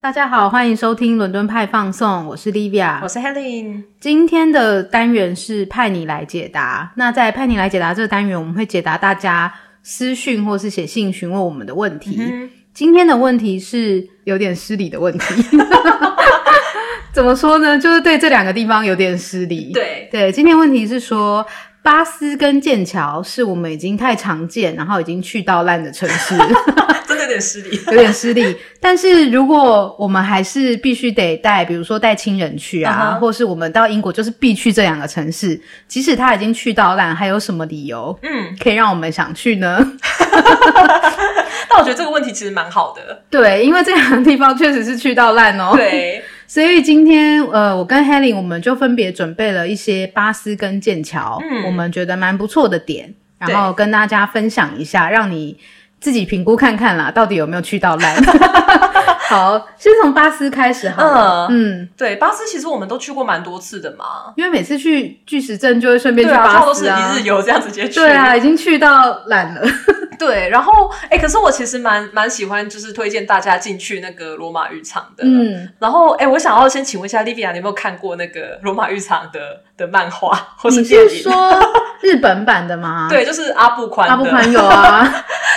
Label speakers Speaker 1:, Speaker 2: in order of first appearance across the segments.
Speaker 1: 大家好，欢迎收听伦敦派放送，我是 Livia，
Speaker 2: 我是 Helen。
Speaker 1: 今天的单元是派你来解答。那在派你来解答这个单元，我们会解答大家私讯或是写信询问我们的问题。
Speaker 2: 嗯
Speaker 1: 今天的问题是有点失礼的问题， 怎么说呢？就是对这两个地方有点失礼。
Speaker 2: 对，
Speaker 1: 对，今天问题是说。巴斯跟剑桥是我们已经太常见，然后已经去到烂的城市，
Speaker 2: 真的有点 失礼。
Speaker 1: 有点失礼。但是如果我们还是必须得带，比如说带亲人去啊
Speaker 2: 嗯哼
Speaker 1: 或是我们到英国就是必去这两个城市，即使他已经去到烂，还有什么理由
Speaker 2: 嗯，
Speaker 1: 可以让我们想去呢？
Speaker 2: 但我觉得这个问题其实蛮好的。
Speaker 1: 对，因为这两个地方确实是去到烂哦。
Speaker 2: 对，
Speaker 1: 所以今天呃，我跟 Helen 我们就分别准备了一些巴斯跟剑桥，
Speaker 2: 嗯
Speaker 1: 我们觉得蛮不错的点，
Speaker 2: 对
Speaker 1: 然后跟大家分享一下，让你自己评估看看啦，到底有没有去到烂。 好，先从巴斯开始好了。 嗯
Speaker 2: 对，巴斯其实我们都去过蛮多次的嘛。
Speaker 1: 因为每次去巨石阵就会顺便
Speaker 2: 对
Speaker 1: 去
Speaker 2: 啊，差不
Speaker 1: 巴
Speaker 2: 多是
Speaker 1: 斯啊
Speaker 2: 一日。游这样直接去。
Speaker 1: 对啊，已经去到烂了。
Speaker 2: 对，然后哎、可是我其实蛮蛮喜欢，就是推荐大家进去那个罗马浴场的。
Speaker 1: 嗯，
Speaker 2: 然后哎、我想要先请问一下 Livia，你有没有看过那个罗马浴场的的漫画或
Speaker 1: 你
Speaker 2: 电
Speaker 1: 是
Speaker 2: 影？
Speaker 1: 说日本版的 吗？，
Speaker 2: 对，就是阿布宽的。
Speaker 1: 阿布宽有 啊，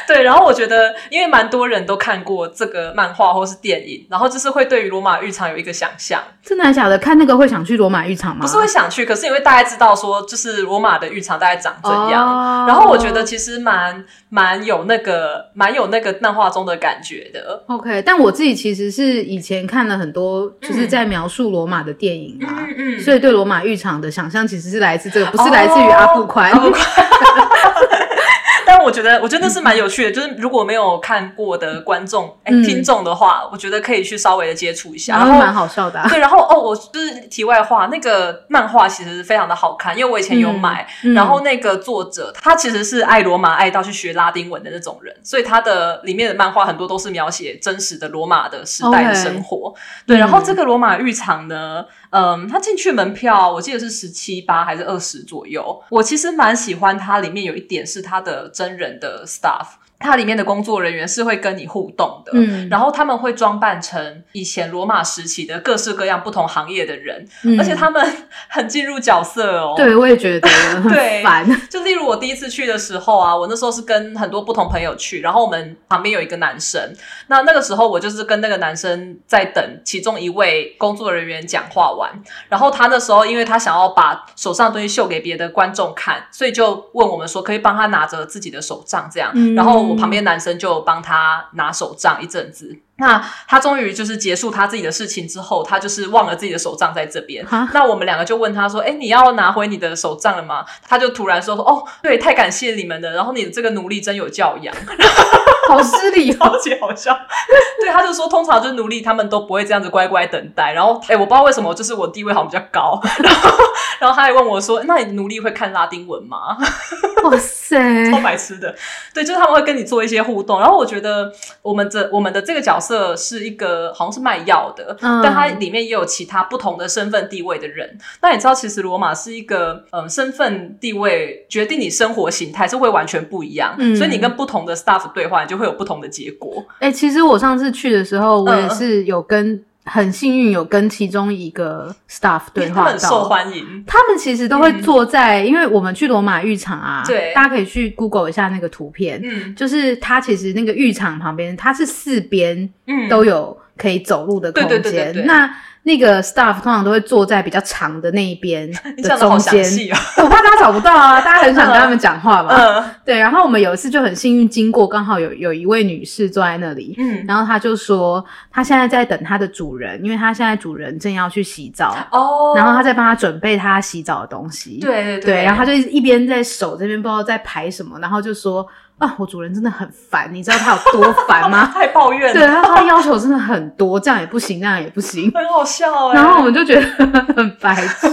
Speaker 2: 对，然后我觉得，因为蛮多人都看过这个漫画或是电影，然后就是会对于罗马浴场有一个想象，
Speaker 1: 真的还假的？看那个会想去罗马浴场吗？
Speaker 2: 不是会想去，可是你会大概知道说，就是罗马的浴场大概长怎样。
Speaker 1: 哦
Speaker 2: 然后我觉得其实蛮蛮有那个蛮有那个漫画中的感觉的。
Speaker 1: OK，但我自己其实是以前看了很多，就是在描述罗马的电影啊，
Speaker 2: 嗯
Speaker 1: 所以对罗马浴场的想象其实是来自这个，不是来自于哦阿布宽。
Speaker 2: 但我觉得，我觉得那是蛮有趣的，就是如果没有看过的观众、哎
Speaker 1: 嗯
Speaker 2: 听众的话，我觉得可以去稍微的接触一下。
Speaker 1: 然
Speaker 2: 然
Speaker 1: 后
Speaker 2: 后
Speaker 1: 蛮好笑的、啊。
Speaker 2: 对，然后哦，我就是题外话，那个漫画其实非常的好看，因为我以前有买。
Speaker 1: 嗯
Speaker 2: 然后那个作者他其实是爱罗马爱到去学拉丁文的那种人，所以他的里面的漫画很多都是描写真实的罗马的时代的
Speaker 1: OK
Speaker 2: 生活。对，然后
Speaker 1: 嗯
Speaker 2: 这个罗马浴场呢，嗯，它进去门票我记得是十七八还是二十左右。我其实蛮喜欢它里面有一点是它的真人的 staff，它里面的工作人员是会跟你互动的。
Speaker 1: 嗯，
Speaker 2: 然后他们会装扮成以前罗马时期的各式各样不同行业的人，
Speaker 1: 嗯
Speaker 2: 而且他们 很进入角色哦。，
Speaker 1: 对我也觉得 很
Speaker 2: 对
Speaker 1: 烦。
Speaker 2: 就例如我第一次去的时候啊，我那时候是跟很多不同朋友去，然后我们旁边有一个男生，那那个时候我就是跟那个男生在等其中一位工作人员讲话完，然后他那时候因为他想要把手上的东西秀给别的观众看，所以就问我们说可以帮他拿着自己的手杖这样，
Speaker 1: 嗯
Speaker 2: 然后我旁边男生就帮他拿手杖一阵子。那他终于就是结束他自己的事情之后，他就是忘了自己的手杖在这边
Speaker 1: 哈。
Speaker 2: 那我们两个就问他说：“哎、你要拿回你的手杖了吗？”他就突然说：“说哦，对，太感谢你们了。然后你的这个奴隶真有教养。”
Speaker 1: 好失礼哦。
Speaker 2: 超级好笑。 对，他就说，通常就是奴隶他们都不会这样子乖乖等待。然后，哎、我不知道为什么，就是我地位好像比较高。 然后，然后他还问我说：“那你奴隶会看拉丁文 吗
Speaker 1: 哇塞？”
Speaker 2: 超白痴的。对，就是他们会跟你做一些互动。然后我觉得我们这我们的这个角色是一个好像是卖药的，
Speaker 1: 嗯
Speaker 2: 但它里面也有其他不同的身份地位的人。那你知道，其实罗马是一个嗯、呃身份地位决定你生活形态是会完全不一样，
Speaker 1: 嗯
Speaker 2: 所以你跟不同的 staff 对话，你就会有不同的结果。
Speaker 1: 哎、其实我上次去的时候，我也
Speaker 2: 嗯
Speaker 1: 是有跟、很幸运有跟其中一个 staff 对
Speaker 2: 他
Speaker 1: 话
Speaker 2: 们
Speaker 1: 到，
Speaker 2: 很受欢迎。
Speaker 1: 他们其实都会
Speaker 2: 嗯
Speaker 1: 坐在，因为我们去罗马浴场啊，
Speaker 2: 对
Speaker 1: 大家可以去 Google 一下那个图片，
Speaker 2: 嗯
Speaker 1: 就是它其实那个浴场旁边，它是四边
Speaker 2: 嗯，
Speaker 1: 都有可以走路的空
Speaker 2: 对对对对
Speaker 1: 间。
Speaker 2: 对
Speaker 1: 那那个 staff 通常都会坐在比较长的那一边
Speaker 2: 你
Speaker 1: 的
Speaker 2: 讲的
Speaker 1: 中
Speaker 2: 好详
Speaker 1: 间，
Speaker 2: 细哦。
Speaker 1: 我怕大家找不到啊，大家很想跟他们讲话嘛。
Speaker 2: 嗯
Speaker 1: 对，然后我们有一次就很幸运经过，刚好有有一位女士坐在那里。
Speaker 2: 嗯，
Speaker 1: 然后她就说，她现在在等她的主人，因为她现在主人正要去洗澡，
Speaker 2: 哦，
Speaker 1: 然后她在帮她准备她洗澡的东西。
Speaker 2: 对对
Speaker 1: 对，然后他就一边在手这边不知道在排什么，然后就说啊，我主人真的很烦，你知道他有多烦吗？
Speaker 2: 太抱 怨
Speaker 1: 对，
Speaker 2: 了，
Speaker 1: 他说他要求真的很多，这样也不行，那样也不行。
Speaker 2: 很好笑哎。
Speaker 1: 然后我们就觉得很白痴，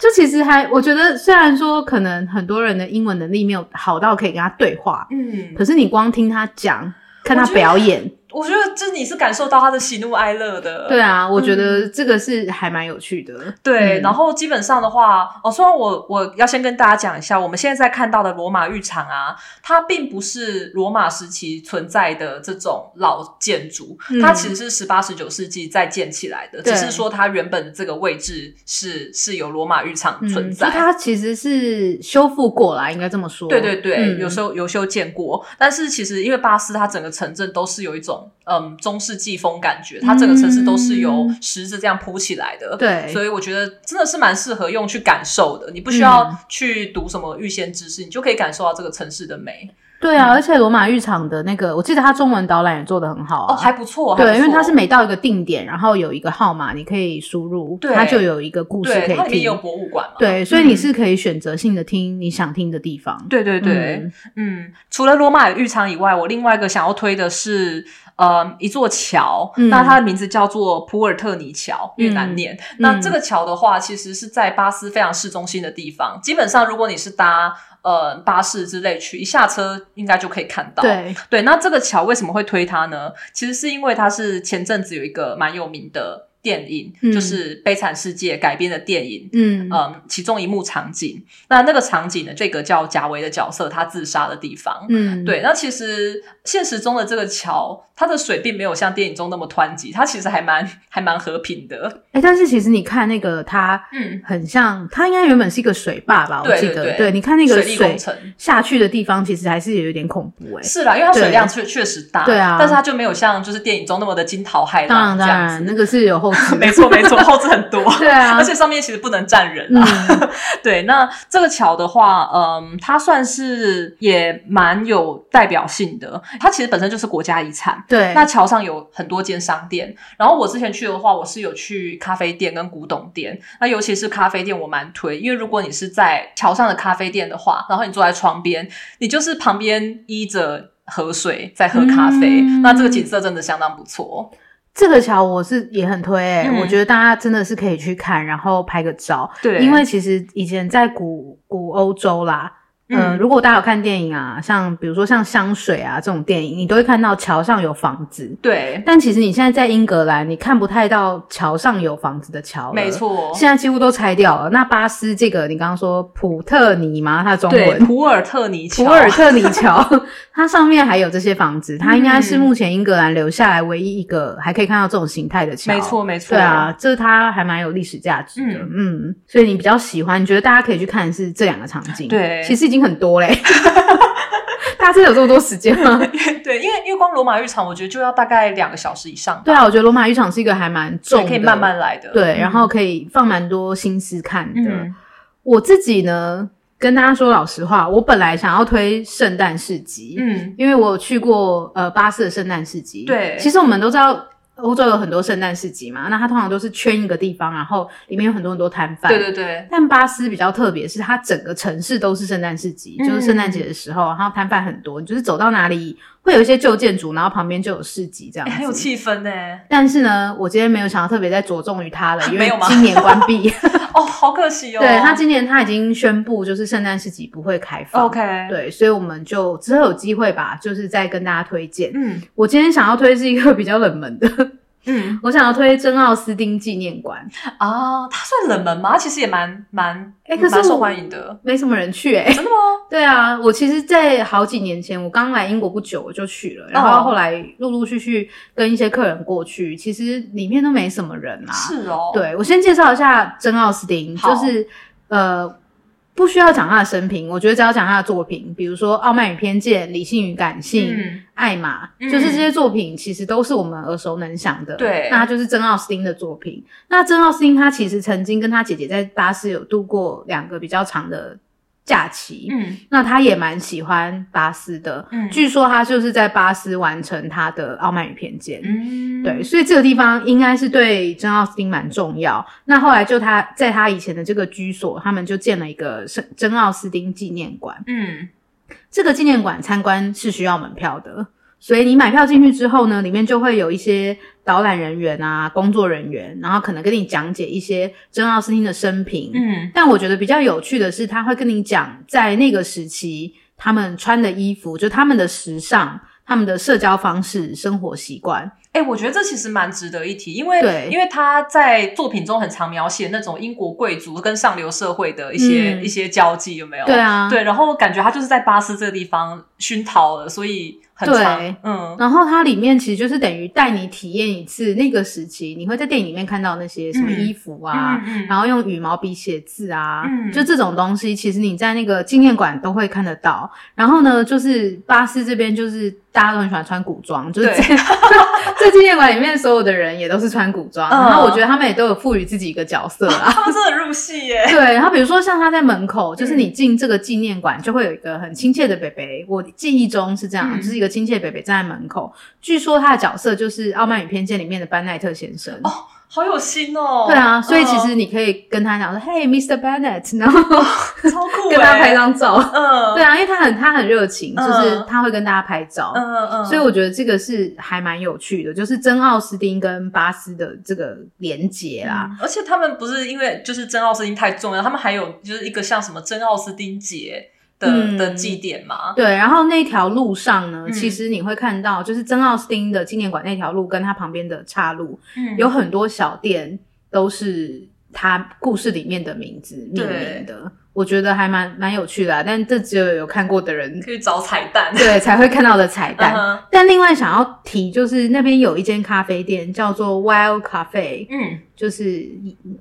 Speaker 1: 就其实还我觉得，虽然说可能很多人的英文能力没有好到可以跟他对话，
Speaker 2: 嗯，
Speaker 1: 可是你光听他讲，看
Speaker 2: 我
Speaker 1: 他
Speaker 2: 觉得
Speaker 1: 表演，
Speaker 2: 我觉得这你是感受到他的喜怒哀乐的，
Speaker 1: 对啊，我觉得
Speaker 2: 嗯
Speaker 1: 这个是还蛮有趣的。
Speaker 2: 对，
Speaker 1: 嗯
Speaker 2: 然后基本上的话，哦，虽然我我要先跟大家讲一下，我们现在在看到的罗马浴场啊，它并不是罗马时期存在的这种老建筑，
Speaker 1: 嗯
Speaker 2: 它其实是十八十九世纪再建起来的，
Speaker 1: 对
Speaker 2: 只是说它原本的这个位置是是有罗马浴场存
Speaker 1: 嗯，就
Speaker 2: 在。
Speaker 1: 它其实是修复过啦，应该这么说。
Speaker 2: 对对对，
Speaker 1: 嗯
Speaker 2: 有时候有修建过，但是其实因为巴斯它整个城镇都是有一种嗯中世纪风感觉，它整个城市都是由
Speaker 1: 嗯
Speaker 2: 石子这样铺起来的，
Speaker 1: 对，
Speaker 2: 所以我觉得真的是蛮适合用去感受的。你不需
Speaker 1: 嗯
Speaker 2: 要去读什么预先知识，你就可以感受到这个城市的美。
Speaker 1: 对啊，而且罗马浴场的那个，我记得它中文导览也做得很好啊。
Speaker 2: 哦，还不错，还不
Speaker 1: 对，
Speaker 2: 错
Speaker 1: 因为它是每到一个定点，然后有一个号码你可以输入，
Speaker 2: 对
Speaker 1: 它就有一个故事可
Speaker 2: 对，它
Speaker 1: 以
Speaker 2: 里面也有
Speaker 1: 听。
Speaker 2: 博物馆嘛。
Speaker 1: 对，所以你是可以选择性的听你想听的地方。
Speaker 2: 对对对，
Speaker 1: 嗯
Speaker 2: 嗯除了罗马浴场以外，我另外一个想要推的是，呃，一座桥，
Speaker 1: 嗯
Speaker 2: 那它的名字叫做普尔特尼桥，越南念。
Speaker 1: 嗯
Speaker 2: 那这个桥的话，其实是在巴斯非常市中心的地方，基本上如果你是搭呃巴士之类去，一下车应该就可以看到。
Speaker 1: 对，
Speaker 2: 对，那这个桥为什么会推它呢？其实是因为它是前阵子有一个蛮有名的电影，
Speaker 1: 嗯
Speaker 2: 就是《悲惨世界》改编的电影。
Speaker 1: 嗯
Speaker 2: 嗯，其中一幕场景，那那个场景呢，这个叫贾维的角色他自杀的地方。
Speaker 1: 嗯，
Speaker 2: 对，那其实现实中的这个桥，它的水并没有像电影中那么湍急，它其实还蛮还蛮和平的。
Speaker 1: 哎，但是其实你看那个它。
Speaker 2: 嗯，
Speaker 1: 很像，它应该原本是一个水坝吧？我
Speaker 2: 对
Speaker 1: 记
Speaker 2: 对
Speaker 1: 得，
Speaker 2: 对
Speaker 1: 你看那个
Speaker 2: 水利工
Speaker 1: 水
Speaker 2: 程
Speaker 1: 下去的地方，其实还是有点恐怖哎、
Speaker 2: 是啦，因为它水
Speaker 1: 对
Speaker 2: 量确确实大，
Speaker 1: 对啊
Speaker 2: 但是它就没有像就是电影中那么的惊涛骇
Speaker 1: 当然，
Speaker 2: 浪这
Speaker 1: 当
Speaker 2: 样
Speaker 1: 然，
Speaker 2: 子。
Speaker 1: 那个是有后期
Speaker 2: 没错没错，后置很多。
Speaker 1: 对啊
Speaker 2: 而，且上面其实不能站人啊。
Speaker 1: 嗯，
Speaker 2: 对，那这个桥的话，嗯，它算是也蛮有代表性的。它其实本身就是国家遗产。
Speaker 1: 对，
Speaker 2: 那桥上有很多间商店，然后我之前去的话，我是有去咖啡店跟古董店。那尤其是咖啡店，我蛮推，因为如果你是在桥上的咖啡店的话，然后你坐在窗边，你就是旁边依着河水在喝咖啡，
Speaker 1: 嗯
Speaker 2: 那这个景色真的相当不错。
Speaker 1: 这个桥我是也很推诶、
Speaker 2: 嗯
Speaker 1: 我觉得大家真的是可以去看，然后拍个照。
Speaker 2: 对
Speaker 1: 因为其实以前在古古欧洲啦，嗯、
Speaker 2: 嗯
Speaker 1: 如果大家有看电影啊，像比如说像香水啊这种电影，你都会看到桥上有房子。
Speaker 2: 对，
Speaker 1: 但其实你现在在英格兰，你看不太到桥上有房子的桥了
Speaker 2: 没。错。
Speaker 1: 现在几乎都拆掉了。那巴斯这个，你刚刚说普特尼吗？它的中
Speaker 2: 对，
Speaker 1: 文
Speaker 2: 普尔特尼嗯桥，
Speaker 1: 普尔特尼桥， 它上面还有这些房子，它应该是目前英格兰留下来唯一一个还可以看到这种形态的桥。
Speaker 2: 没，错，没错，
Speaker 1: 对啊，，这它还蛮有历史价值的。嗯所以你比较喜欢，你觉得大家可以去看的是这两个场景。
Speaker 2: 对
Speaker 1: 其实已经很多嘞。 大家真的有这么多时间 吗？
Speaker 2: 对，因为因为光罗马浴场，我觉得就要大概两个小时以上，
Speaker 1: 对啊，我觉得罗马浴场是一个还蛮重
Speaker 2: 对，
Speaker 1: 的，
Speaker 2: 可以慢慢来的，
Speaker 1: 对，
Speaker 2: 嗯
Speaker 1: 然后可以放蛮多心思看的。
Speaker 2: 嗯，
Speaker 1: 我自己呢，跟大家说老实话，我本来想要推圣诞市集，
Speaker 2: 嗯，
Speaker 1: 因为我有去过呃巴士的圣诞市集。
Speaker 2: 对
Speaker 1: 其实我们都知道欧洲有很多圣诞市集嘛，那它通常都是圈一个地方，然后里面有很多很多摊贩。
Speaker 2: 对对对，
Speaker 1: 但巴斯比较特别，是它整个城市都是圣诞市集，
Speaker 2: 嗯
Speaker 1: 就是圣诞节的时候，然后摊贩很多，你就是走到哪里会有一些旧建筑，然后旁边就有市集这样
Speaker 2: 哎
Speaker 1: 子。
Speaker 2: 很有气氛呢，
Speaker 1: 但是呢，我今天没有想要特别再着重于它了，因
Speaker 2: 没
Speaker 1: 为
Speaker 2: 有吗
Speaker 1: 今年关闭。
Speaker 2: 哦，好可惜哦，
Speaker 1: 对，它今年它已经宣布，就是圣诞市集不会开放。
Speaker 2: OK，，
Speaker 1: 对，所以我们就之后有机会吧，就是再跟大家推荐。
Speaker 2: 嗯
Speaker 1: 我今天想要推是一个比较冷门的，
Speaker 2: 嗯
Speaker 1: 我想要推珍奥斯汀纪念馆，
Speaker 2: 啊，它算冷门吗？它其实也蛮蛮，
Speaker 1: 哎可是
Speaker 2: 蛮受
Speaker 1: 我
Speaker 2: 欢迎的，
Speaker 1: 没什么人去哎、
Speaker 2: 真的吗？
Speaker 1: 对啊，我其实，在好几年前，我刚来英国不久我就去了，然
Speaker 2: 哦
Speaker 1: 后后来陆陆续续跟一些客人过去，其实里面都没什么人啊。
Speaker 2: 是哦，，
Speaker 1: 对，我先介绍一下珍奥斯汀，
Speaker 2: 好
Speaker 1: 就是呃，不需要讲他的生平，我觉得只要讲他的作品，比如说《傲慢与偏见》《理性与感性》
Speaker 2: 嗯
Speaker 1: 艾玛，
Speaker 2: 嗯
Speaker 1: 就是这些作品其实都是我们耳熟能详的。
Speaker 2: 对
Speaker 1: 那它就是珍奥斯汀的作品。那珍奥斯汀他其实曾经跟他姐姐在巴士有度过两个比较长的假期。
Speaker 2: 嗯
Speaker 1: 那他也蛮喜欢巴斯的，
Speaker 2: 嗯
Speaker 1: 据说他就是在巴斯完成他的《傲慢与偏见》。
Speaker 2: 嗯，
Speaker 1: 对，所以这个地方应该是对珍奥斯汀蛮重要。那后来就他在他以前的这个居所，他们就建了一个圣珍奥斯汀纪念馆。
Speaker 2: 嗯
Speaker 1: 这个纪念馆参观是需要门票的，所以你买票进去之后呢，里面就会有一些导览人员啊、工作人员，然后可能跟你讲解一些珍奥斯汀的生平。
Speaker 2: 嗯
Speaker 1: 但我觉得比较有趣的是，他会跟你讲在那个时期他们穿的衣服，就他们的时尚。他们的社交方式、生活习惯。
Speaker 2: 哎、我觉得这其实蛮值得一提，因为
Speaker 1: 对
Speaker 2: 因为他在作品中很常描写那种英国贵族跟上流社会的一些、
Speaker 1: 嗯
Speaker 2: 一些交际，有没有？
Speaker 1: 对啊，
Speaker 2: 对，然后感觉他就是在巴斯这个地方熏陶了，所以很
Speaker 1: 对
Speaker 2: 长，嗯，
Speaker 1: 然后它里面其实就是等于带你体验一次那个时期，你会在电影里面看到那些什么
Speaker 2: 嗯
Speaker 1: 衣服啊，
Speaker 2: 嗯
Speaker 1: 然后用羽毛笔写字啊，
Speaker 2: 嗯
Speaker 1: 就这种东西，其实你在那个纪念馆都会看得到。然后呢，就是巴斯这边就是大家都很喜欢穿古装，就是
Speaker 2: 对
Speaker 1: 这这纪 念馆里面所有的人也都是穿古装，
Speaker 2: 嗯
Speaker 1: 然后我觉得他们也都有赋予自己一个角色啊。
Speaker 2: 他们真的入戏耶，
Speaker 1: 对，然后比如说像他在门
Speaker 2: 嗯
Speaker 1: 口，就是你进这个纪念馆，就会有一个很亲切的北北。我记忆中是这样，
Speaker 2: 嗯
Speaker 1: 就是一个亲切的北北站在门口。据说他的角色就是《傲慢与偏见》里面的班奈特先生。
Speaker 2: 哦好有心哦。
Speaker 1: 对啊，所以其实
Speaker 2: 嗯、
Speaker 1: 你可以跟他讲说、h e y Mr. Bennett”，然后
Speaker 2: 超酷 耶，
Speaker 1: 跟他拍张照。
Speaker 2: 哦嗯，
Speaker 1: 对啊，因为他很他很热情，就是他会跟大家拍照。
Speaker 2: 嗯嗯嗯，
Speaker 1: 所以我觉得这个是还蛮有趣的，就是真奥斯汀跟巴斯的这个连结啊啦。
Speaker 2: 嗯而且他们不是因为就是真奥斯汀太重要，他们还有就是一个像什么真奥斯汀节的、
Speaker 1: 嗯
Speaker 2: 的祭典嘛。
Speaker 1: 对，然后那条路上呢，
Speaker 2: 嗯
Speaker 1: 其实你会看到，就是真奥斯汀的纪念馆那条路跟它旁边的岔路，
Speaker 2: 嗯
Speaker 1: 有很多小店都是他故事里面的名字命名的，我觉得还蛮蛮有趣的、啊。但这只有有看过的人
Speaker 2: 可以找彩蛋。
Speaker 1: 对才会看到的彩
Speaker 2: 嗯
Speaker 1: 蛋。
Speaker 2: 哼
Speaker 1: 但另外想要提，就是那边有一间咖啡店叫做 Wild Cafe，
Speaker 2: 嗯
Speaker 1: 就是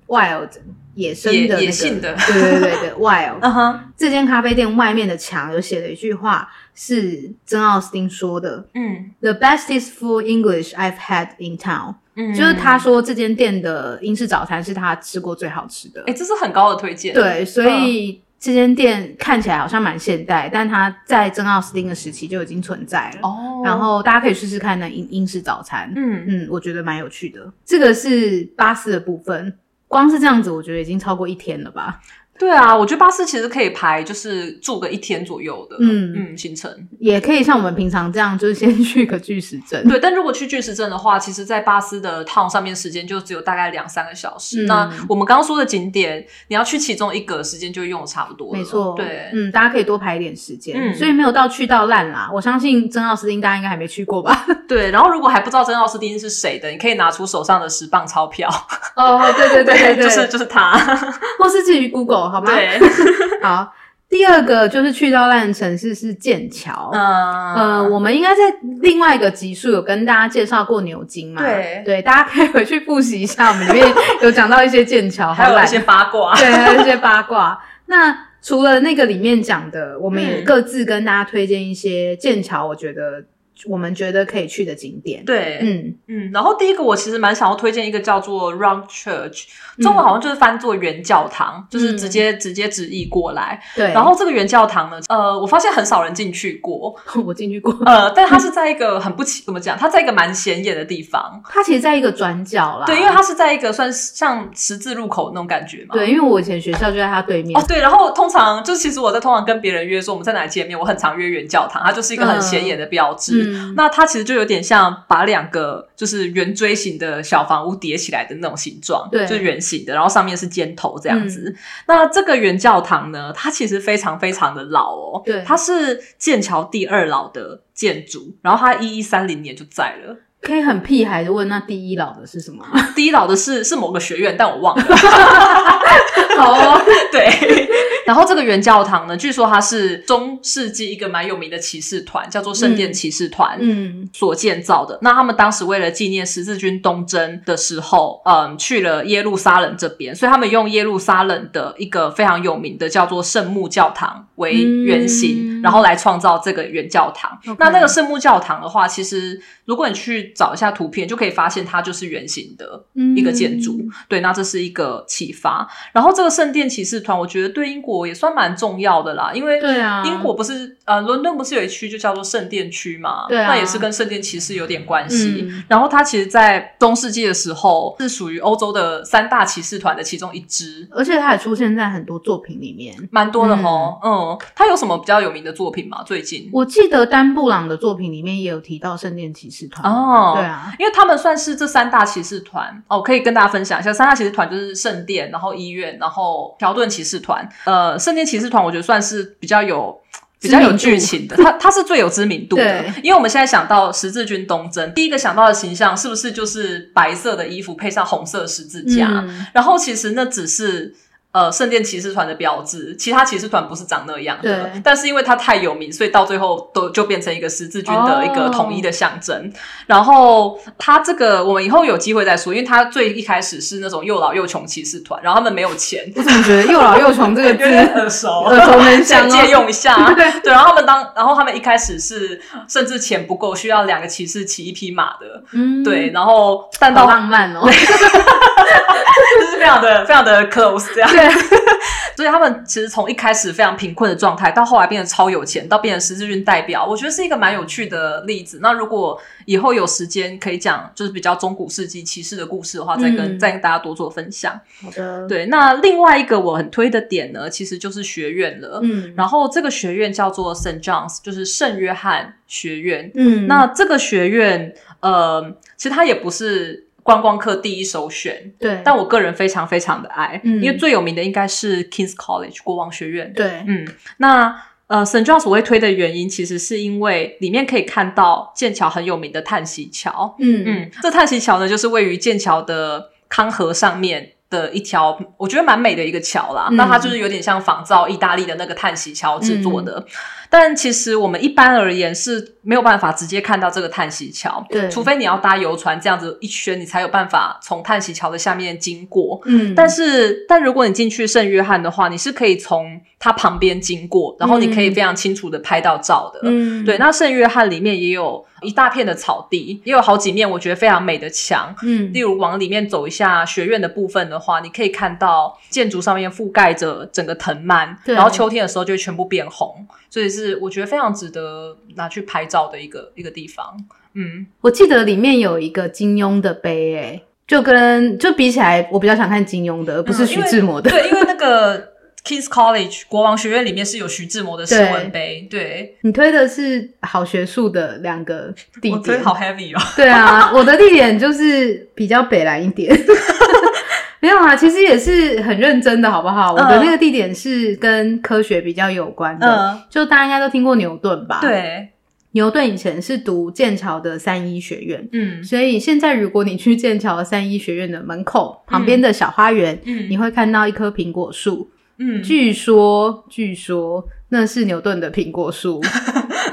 Speaker 1: Wild 野生的、那个、
Speaker 2: 野野性的
Speaker 1: 对对对对 Wild
Speaker 2: 嗯哼
Speaker 1: 这间咖啡店外面的墙有写了一句话，是珍奥斯汀说的
Speaker 2: 嗯
Speaker 1: ：“The bestest food English I've had in town。
Speaker 2: 嗯
Speaker 1: 就是他说这间店的英式早餐是他吃过最好吃的。
Speaker 2: 哎、嗯这是很高的推荐。
Speaker 1: 对，所以这间店看起来好像蛮现代，但它在珍奥斯汀的时期就已经存在了。
Speaker 2: 哦，
Speaker 1: 然后大家可以试试看那英英式早餐。
Speaker 2: 嗯，
Speaker 1: 嗯，我觉得蛮有趣的。这个是巴士的部分，光是这样子，我觉得已经超过一天了吧。
Speaker 2: 对啊，我觉得巴士其实可以排，就是住个一天左右的，
Speaker 1: 嗯
Speaker 2: 嗯，行程。
Speaker 1: 也可以像我们平常这样，就是先去个巨石阵。
Speaker 2: 对，但如果去巨石镇的话，其实，在巴斯的 town 上面时间就只有大概两三个小时。
Speaker 1: 嗯
Speaker 2: 那我们刚刚说的景点，你要去其中一个，时间就用的差不多了。
Speaker 1: 没错，
Speaker 2: 对，
Speaker 1: 嗯，大家可以多排一点时间，
Speaker 2: 嗯
Speaker 1: 所以没有到去到烂啦。我相信真奥斯汀大家应该还没去过 吧？
Speaker 2: 对。然后，如果还不知道真奥斯汀是谁的，你可以拿出手上的十磅钞票，
Speaker 1: 哦， 对对
Speaker 2: 就是就是他。
Speaker 1: 或是至于 Google 好吗？，
Speaker 2: 对，
Speaker 1: 好。第二个就是去到烂城市是剑桥，
Speaker 2: 嗯
Speaker 1: 呃，我们应该在另外一个集数有跟大家介绍过牛津嘛？
Speaker 2: 对
Speaker 1: 对，大家可以回去复习一下，我们里面有讲到一些剑桥，
Speaker 2: 还
Speaker 1: 好
Speaker 2: 有
Speaker 1: 懒
Speaker 2: 一些八卦。
Speaker 1: 对，还有一些八卦。那除了那个里面讲的，我们也
Speaker 2: 嗯
Speaker 1: 各自跟大家推荐一些剑桥，我觉得我们觉得可以去的景点。，
Speaker 2: 对，
Speaker 1: 嗯，
Speaker 2: 嗯，然后第一个我其实蛮想要推荐一个叫做 Round Church，
Speaker 1: 嗯
Speaker 2: 中文好像就是翻作原教堂，就是
Speaker 1: 嗯
Speaker 2: 直接直接直译过来。
Speaker 1: 对。
Speaker 2: 然后这个原教堂呢，呃，我发现很少人进去过，
Speaker 1: 我进去过，
Speaker 2: 呃，但它是在一个很不起怎么讲，它在一个蛮显眼的地方，
Speaker 1: 它其实在一个转角啦。
Speaker 2: 对，因为它是在一个算是像十字路口那种感觉嘛，
Speaker 1: 对，因为我以前学校就在它对面
Speaker 2: 哦，，对，然后通常就其实我在通常跟别人约说我们在哪里见面，我很常约原教堂，它就是一个很显眼的标志。
Speaker 1: 嗯，
Speaker 2: 那它其实就有点像把两个就是圆锥形的小房屋叠起来的那种形状，
Speaker 1: 对嗯
Speaker 2: 就是圆形的，然后上面是尖头这样子。那这个原教堂呢，它其实非常非常的老哦，
Speaker 1: 对
Speaker 2: 它是剑桥第二老的建筑，然后它一一三零年就在了。
Speaker 1: 可以很屁孩的问，那第一老的是什 么？
Speaker 2: 第一老的是是某个学院，但我忘了。
Speaker 1: 好哦，
Speaker 2: 对，然后这个原教堂呢，据说它是中世纪一个蛮有名的骑士团，叫做圣殿骑士团。
Speaker 1: 嗯，
Speaker 2: 所建造的。那他们当时为了纪念十字军东征的时候，嗯，去了耶路撒冷这边，所以他们用耶路撒冷的一个非常有名的叫做圣母教堂为原型，
Speaker 1: 嗯
Speaker 2: 然后来创造这个原教堂。
Speaker 1: OK
Speaker 2: 那那个圣母教堂的话，其实如果你去找一下图片，就可以发现它就是圆形的。嗯一
Speaker 1: 嗯
Speaker 2: 个建筑。对，那这是一个启发。然后这个圣殿骑士团，我觉得对英国也算蛮重要的啦，因为
Speaker 1: 对啊
Speaker 2: 英国不是呃，伦敦不是有一区就叫做圣殿区嘛，
Speaker 1: 对啊
Speaker 2: 那也是跟圣殿骑士有点关系。
Speaker 1: 嗯
Speaker 2: 然后它其实，在中世纪的时候是属于欧洲的三大骑士团的其中一支，
Speaker 1: 而且它也出现在很多作品里面。
Speaker 2: 蛮多的哦。嗯，它有什么比较有名的作品吗？最近
Speaker 1: 我记得丹布朗的作品里面也有提到圣殿骑士团。
Speaker 2: 哦，
Speaker 1: 对啊，
Speaker 2: 因为他们算是这三大骑士团哦，可以跟大家分享一下。三大骑士团就是圣殿，然后医院，然后条顿骑士团。呃，圣殿骑士团我觉得算是比较有比较有剧情的，他他是最有知名度的
Speaker 1: 对。
Speaker 2: 因为我们现在想到十字军东征，第一个想到的形象是不是就是白色的衣服配上红色的十字架？
Speaker 1: 嗯
Speaker 2: 然后其实那只是呃圣殿骑士团的标志，其他骑士团不是长那样的
Speaker 1: 对。
Speaker 2: 但是因为它太有名，所以到最后都就变成一个十字军的一个
Speaker 1: 哦
Speaker 2: 统一的象征。然后它这个我们以后有机会再说，因为它最一开始是那种又老又穷骑士团，然后他们没有钱，
Speaker 1: 我怎么觉得又老又穷这个 字
Speaker 2: 很熟
Speaker 1: 耳熟能详
Speaker 2: 想借
Speaker 1: 哦？
Speaker 2: 用一下啊。
Speaker 1: 呃对
Speaker 2: 对，然后他们当，然后他们一开始是甚至钱不够，需要两个骑士骑一匹马的，
Speaker 1: 嗯，
Speaker 2: 对，，然后 但
Speaker 1: 好
Speaker 2: 到
Speaker 1: 浪漫哦。
Speaker 2: 就是非常的非常的 close 这样，
Speaker 1: 对，
Speaker 2: 所以他们其实从一开始非常贫困的状态，到后来变得超有钱，到变成十字军代表，我觉得是一个蛮有趣的例子。那如果以后有时间可以讲，就是比较中古世纪骑士的故事的话，再跟、
Speaker 1: 嗯
Speaker 2: 再跟大家多做分享。
Speaker 1: 好的，，
Speaker 2: 对，那另外一个我很推的点呢，其实就是学院了。
Speaker 1: 嗯，
Speaker 2: 然后这个学院叫做 St. John's，就是圣约翰学院。
Speaker 1: 嗯，
Speaker 2: 那这个学院，呃，其实它也不是观光客第一首选，
Speaker 1: 对，
Speaker 2: 但我个人非常非常的爱，
Speaker 1: 嗯
Speaker 2: 因为最有名的应该是 King's College 国王学院。
Speaker 1: 对，
Speaker 2: 嗯，那呃，St. John's 我会推的原因，其实是因为里面可以看到剑桥很有名的叹息桥。
Speaker 1: 嗯
Speaker 2: 嗯，这叹息桥呢，就是位于剑桥的康河上面。的一条，我觉得蛮美的一个桥啦。
Speaker 1: 嗯
Speaker 2: 那它就是有点像仿照意大利的那个叹息桥制
Speaker 1: 嗯
Speaker 2: 作的，但其实我们一般而言是没有办法直接看到这个叹息桥，
Speaker 1: 对
Speaker 2: 除非你要搭游船这样子一圈，你才有办法从叹息桥的下面经过。
Speaker 1: 嗯，
Speaker 2: 但是，但如果你进去圣约翰的话，你是可以从它旁边经过，然后你可以
Speaker 1: 嗯
Speaker 2: 非常清楚的拍到照的。
Speaker 1: 嗯，
Speaker 2: 对，，那圣约翰里面也有一大片的草地，也有好几面我觉得非常美的墙。
Speaker 1: 嗯
Speaker 2: 例，如往里面走一下学院的部分的话，你可以看到建筑上面覆盖着整个藤蔓，
Speaker 1: 对
Speaker 2: 然后秋天的时候就会全部变红，所以是我觉得非常值得拿去拍照的一个一个地方。嗯，
Speaker 1: 我记得里面有一个金庸的碑，哎，就跟就比起来，我比较想看金庸的，而不是
Speaker 2: 嗯
Speaker 1: 徐
Speaker 2: 因为
Speaker 1: 志摩的。
Speaker 2: 对，因为那个 King's College 国王学院里面是有徐志摩的诗文碑，对，
Speaker 1: 你推的是好学术的两个地
Speaker 2: 我
Speaker 1: 点，
Speaker 2: 真的好 heavy 哦。
Speaker 1: 对啊，我的地点就是比较北蓝一点。 没有啊，其实也是很认真的，好不
Speaker 2: 嗯
Speaker 1: 好？我的那个地点是跟科学比较有关的，
Speaker 2: 嗯，
Speaker 1: 就大家应该都听过牛顿吧？，
Speaker 2: 对，
Speaker 1: 牛顿以前是读剑桥的三一学院，
Speaker 2: 嗯
Speaker 1: 所以现在如果你去剑桥三一学院的门口旁边的小花园，
Speaker 2: 嗯
Speaker 1: 你会看到一棵苹果树，
Speaker 2: 嗯
Speaker 1: 据说，据说那是牛顿的苹果 树。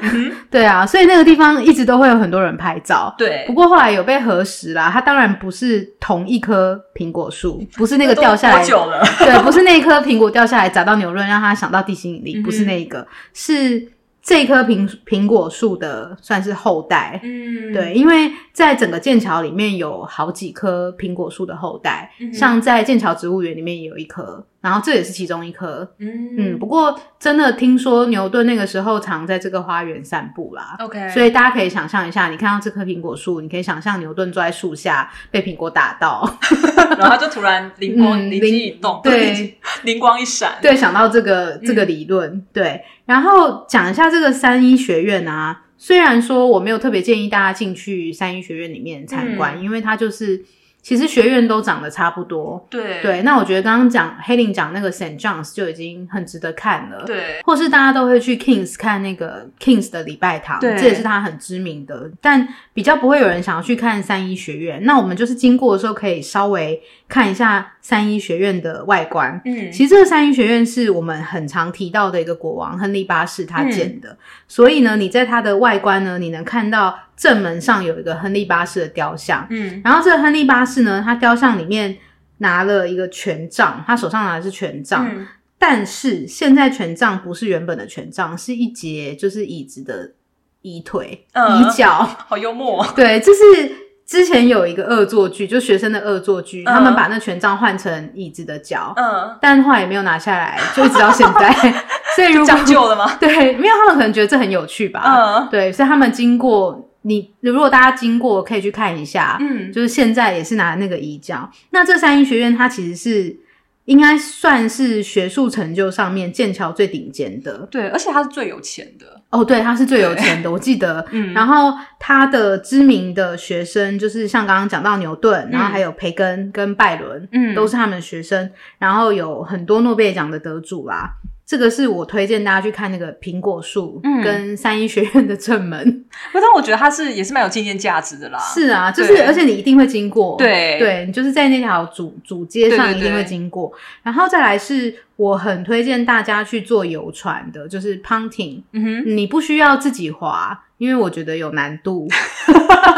Speaker 2: 嗯
Speaker 1: 对啊，所以那个地方一直都会有很多人拍照。
Speaker 2: 对
Speaker 1: 不，过后来有被核实啦，它当然不是同一棵苹果树，不是那个掉下来
Speaker 2: 多，久了？
Speaker 1: 对，不是那一颗苹果掉下来砸到牛顿让他想到地心引
Speaker 2: 嗯
Speaker 1: 力，不是那一个，是这棵苹苹果树的算是后代。
Speaker 2: 嗯，
Speaker 1: 对，因为在整个剑桥里面有好几棵苹果树的后代，
Speaker 2: 嗯哼
Speaker 1: 像在剑桥植物园里面也有一棵，然后这也是其中一棵。嗯，
Speaker 2: 嗯
Speaker 1: 不过真的听说牛顿那个时候常在这个花园散步啦，
Speaker 2: ，OK，
Speaker 1: 所以大家可以想象一下，你看到这棵苹果树，你可以想象牛顿坐在树下被苹果打 到，
Speaker 2: 然后他就突然灵光
Speaker 1: 嗯
Speaker 2: 灵机一动，嗯
Speaker 1: 对，
Speaker 2: 灵光一闪，
Speaker 1: 对，想到这个这个理论，对。然后讲一下这个三一学院啊，虽然说我没有特别建议大家进去三一学院里面
Speaker 2: 嗯
Speaker 1: 参观，因为它就是其实学院都长得差不多。
Speaker 2: 对
Speaker 1: 对，那我觉得刚刚讲黑林讲那个 St. John's 就已经很值得看了。
Speaker 2: 对
Speaker 1: 或是大家都会去 Kings 看那个 Kings 的礼拜堂，
Speaker 2: 对
Speaker 1: 这也是它很知名的，但比较不会有人想要去看三一学院。那我们就是经过的时候，可以稍微看一下三一学院的外观。
Speaker 2: 嗯，
Speaker 1: 其实这个三一学院是我们很常提到的一个国王亨利八世他
Speaker 2: 嗯
Speaker 1: 建的，所以呢，你在它的外观呢，你能看到正门上有一个亨利八世的雕像，
Speaker 2: 嗯
Speaker 1: 然后这个亨利八世呢，他雕像里面拿了一个权杖，他手上拿的是权杖，
Speaker 2: 嗯
Speaker 1: 但是现在权杖不是原本的权杖，是一节就是椅子的椅腿、
Speaker 2: 嗯
Speaker 1: 椅脚。
Speaker 2: 好幽默，哦
Speaker 1: 对，就是之前有一个恶作剧，就学生的恶作剧，
Speaker 2: 嗯
Speaker 1: 他们把那权杖换成椅子的脚，
Speaker 2: 嗯，
Speaker 1: 但后来也没有拿下来，就一直到现 在。所以如果
Speaker 2: 将就 了吗？
Speaker 1: 对，没有他们可能觉得这很有趣吧。
Speaker 2: 嗯
Speaker 1: 对，所以他们经过你，如果大家经过可以去看一下，
Speaker 2: 嗯，
Speaker 1: 就是现在也是拿那个移教。那这三一学院它其实是应该算是学术成就上面剑桥最顶尖的
Speaker 2: 对，而且他是最有钱的，
Speaker 1: 哦，对，它是最有钱的，我记得。
Speaker 2: 嗯
Speaker 1: 然后它的知名的学生就是像刚刚讲到牛顿，然后还有培根跟拜伦，
Speaker 2: 嗯
Speaker 1: 都是他们的学生，然后有很多诺贝尔奖的得主啦。这个是我推荐大家去看那个苹果树，
Speaker 2: 嗯
Speaker 1: 跟三一学院的正门。
Speaker 2: 不但我觉得它是也是蛮有纪念价值的啦。
Speaker 1: 是啊，就
Speaker 2: 对
Speaker 1: 是而且你一定会经过，
Speaker 2: 对
Speaker 1: 对，你就是在那条主主街上
Speaker 2: 对对
Speaker 1: 一定会
Speaker 2: 对
Speaker 1: 经过。然后再来是我很推荐大家去做游船的，就是 punting，
Speaker 2: 嗯哼，
Speaker 1: 你不需要自己划，因为我觉得有难 度。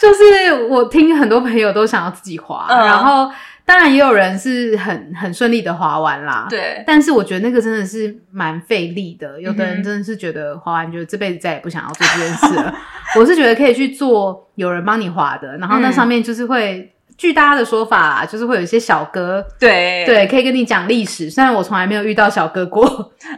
Speaker 1: 就是我听很多朋友都想要自己划，
Speaker 2: 嗯
Speaker 1: 然后当然也有人是很很顺利的划完啦。
Speaker 2: 对，
Speaker 1: 但是我觉得那个真的是蛮费力的，有的
Speaker 2: 嗯哼
Speaker 1: 人真的是觉得滑完觉得这辈子再也不想要做这件事 了。我是觉得可以去做有人帮你滑的，然后那
Speaker 2: 嗯
Speaker 1: 上面就是会，据大家的说法啦，就是会有一些小哥，
Speaker 2: 对，
Speaker 1: 对，可以跟你讲历史。虽然我从来没有遇到小哥过，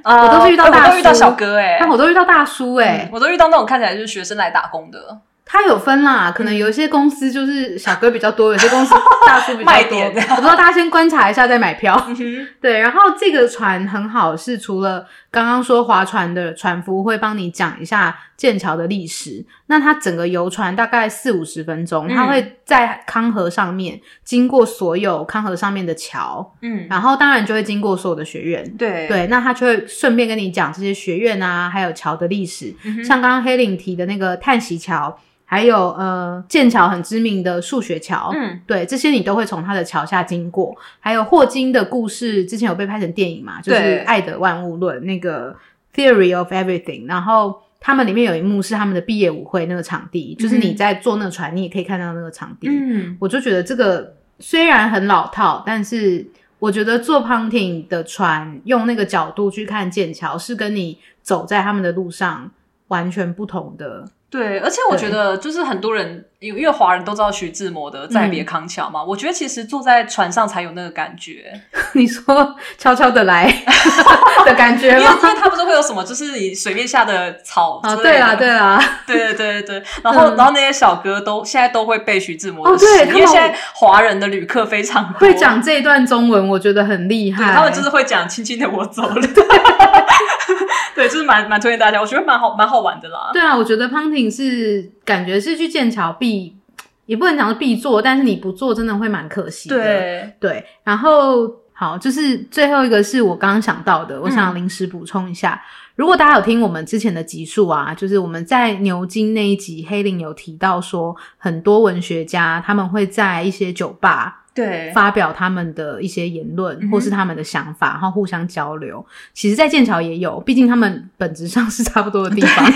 Speaker 2: 呃，
Speaker 1: 我都是遇到
Speaker 2: 哎
Speaker 1: 大
Speaker 2: 我都遇到
Speaker 1: 叔
Speaker 2: 小哥哎、
Speaker 1: 但我都遇到大叔哎、
Speaker 2: 嗯我都遇到那种看起来就是学生来打工的，
Speaker 1: 他有分啦，可能有一些公司就是小哥比较多，有些公司大叔比较
Speaker 2: 卖
Speaker 1: 多。
Speaker 2: 点
Speaker 1: 我不知道大家先观察一下再买票。
Speaker 2: 嗯哼，
Speaker 1: 对，然后这个船很好，是除了刚刚说划船的船夫会帮你讲一下剑桥的历史，那它整个游船大概四五十分钟，
Speaker 2: 嗯
Speaker 1: 它会在康河上面经过所有康河上面的桥，
Speaker 2: 嗯，
Speaker 1: 然后当然就会经过所有的学院。
Speaker 2: 对，
Speaker 1: 对，那他就会顺便跟你讲这些学院啊，还有桥的历史，
Speaker 2: 嗯哼
Speaker 1: 像刚刚黑领提的那个叹息桥，还有呃剑桥很知名的数学桥，
Speaker 2: 嗯，
Speaker 1: 对，这些你都会从它的桥下经过。还有霍金的故事，之前有被拍成电影嘛，就是
Speaker 2: 对
Speaker 1: 《爱的万物论》那个 Theory of Everything。然后他们里面有一幕是他们的毕业舞会那个场地，就是你
Speaker 2: 嗯
Speaker 1: 在坐那个船，你也可以看到那个场地。
Speaker 2: 嗯，
Speaker 1: 我就觉得这个虽然很老套，但是我觉得做 punting 的船用那个角度去看剑桥，是跟你走在他们的路上完全不同的。
Speaker 2: 对，而且我觉得就是很多人，因为因为华人都知道徐志摩的《再
Speaker 1: 嗯
Speaker 2: 别康桥》嘛，我觉得其实坐在船上才有那个感觉，
Speaker 1: 你说悄悄的来 的感觉
Speaker 2: 因为因
Speaker 1: 吗？
Speaker 2: 为他不是会有什么就是你水面下的草
Speaker 1: 哦，
Speaker 2: 之类
Speaker 1: 对
Speaker 2: 的
Speaker 1: 啦，对啦，
Speaker 2: 对对对对，然后、
Speaker 1: 嗯
Speaker 2: 然后那些小哥都现在都会背徐志摩
Speaker 1: 哦
Speaker 2: 的诗，
Speaker 1: 对他
Speaker 2: 因为
Speaker 1: 们
Speaker 2: 现在华人的旅客非常多，
Speaker 1: 会讲这一段中文，我觉得很厉
Speaker 2: 哦对
Speaker 1: 害。
Speaker 2: 他们就是会讲“轻轻的我走了”， 对，就是蛮蛮推荐大家，我觉得蛮好蛮好玩的啦。
Speaker 1: 对啊，我觉得 punting 是感觉是去剑桥必，也不能讲是必做，但是你不做真的会蛮可惜的。
Speaker 2: 对，
Speaker 1: 对，然后好，就是最后一个是我刚刚想到的，我
Speaker 2: 嗯
Speaker 1: 想临时补充一下，如果大家有听我们之前的集数啊，就是我们在牛津那一集，黑林有提到说，很多文学家他们会在一些酒吧
Speaker 2: 对，
Speaker 1: 发表他们的一些言论、
Speaker 2: 嗯哼
Speaker 1: 或是他们的想法，然后互相交流。其实，在剑桥也有，毕竟他们本质上是差不多的地方。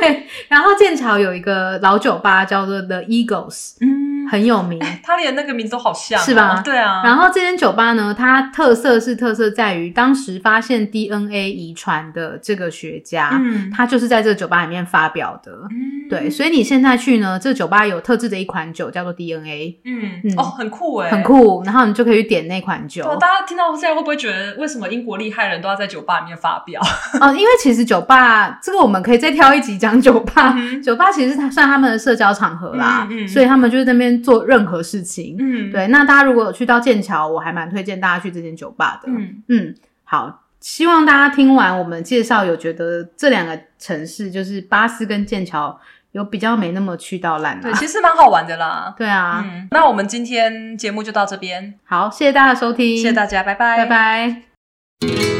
Speaker 1: 对，然后剑桥有一个老酒吧叫做 The Eagles，
Speaker 2: 嗯，
Speaker 1: 很有名。
Speaker 2: 他连那个名字都好像、
Speaker 1: 是吧
Speaker 2: 对啊，
Speaker 1: 然后这间酒吧呢，它特色是特色在于当时发现 DNA 遗传的这个学家，
Speaker 2: 嗯，
Speaker 1: 他就是在这个酒吧里面发表的。
Speaker 2: 嗯
Speaker 1: 对，所以你现在去呢，这个酒吧有特制的一款酒叫做 DNA，
Speaker 2: 嗯
Speaker 1: 嗯
Speaker 2: 哦，很酷哎、
Speaker 1: 很。酷，然后你就可以去点那款酒。
Speaker 2: 对，大家听到现在会不会觉得为什么英国厉害人都要在酒吧里面发表？
Speaker 1: 哦，因为其实酒吧这个我们可以再挑一集讲酒吧。
Speaker 2: 嗯
Speaker 1: 酒吧其实它算他们的社交场合啦，
Speaker 2: 嗯嗯
Speaker 1: 所以他们就是在那边做任何事情。
Speaker 2: 嗯，
Speaker 1: 对，那大家如果有去到剑桥，我还蛮推荐大家去这间酒吧的。
Speaker 2: 嗯，
Speaker 1: 嗯，好，希望大家听完我们介绍，有觉得这两个城市就是巴斯跟剑桥有比较没那么去到烂
Speaker 2: 对，
Speaker 1: 啦。
Speaker 2: 其实蛮好玩的啦。
Speaker 1: 对啊，
Speaker 2: 嗯，那我们今天节目就到这边，
Speaker 1: 好，谢谢大家的收听，
Speaker 2: 谢谢大家，拜拜，
Speaker 1: 拜拜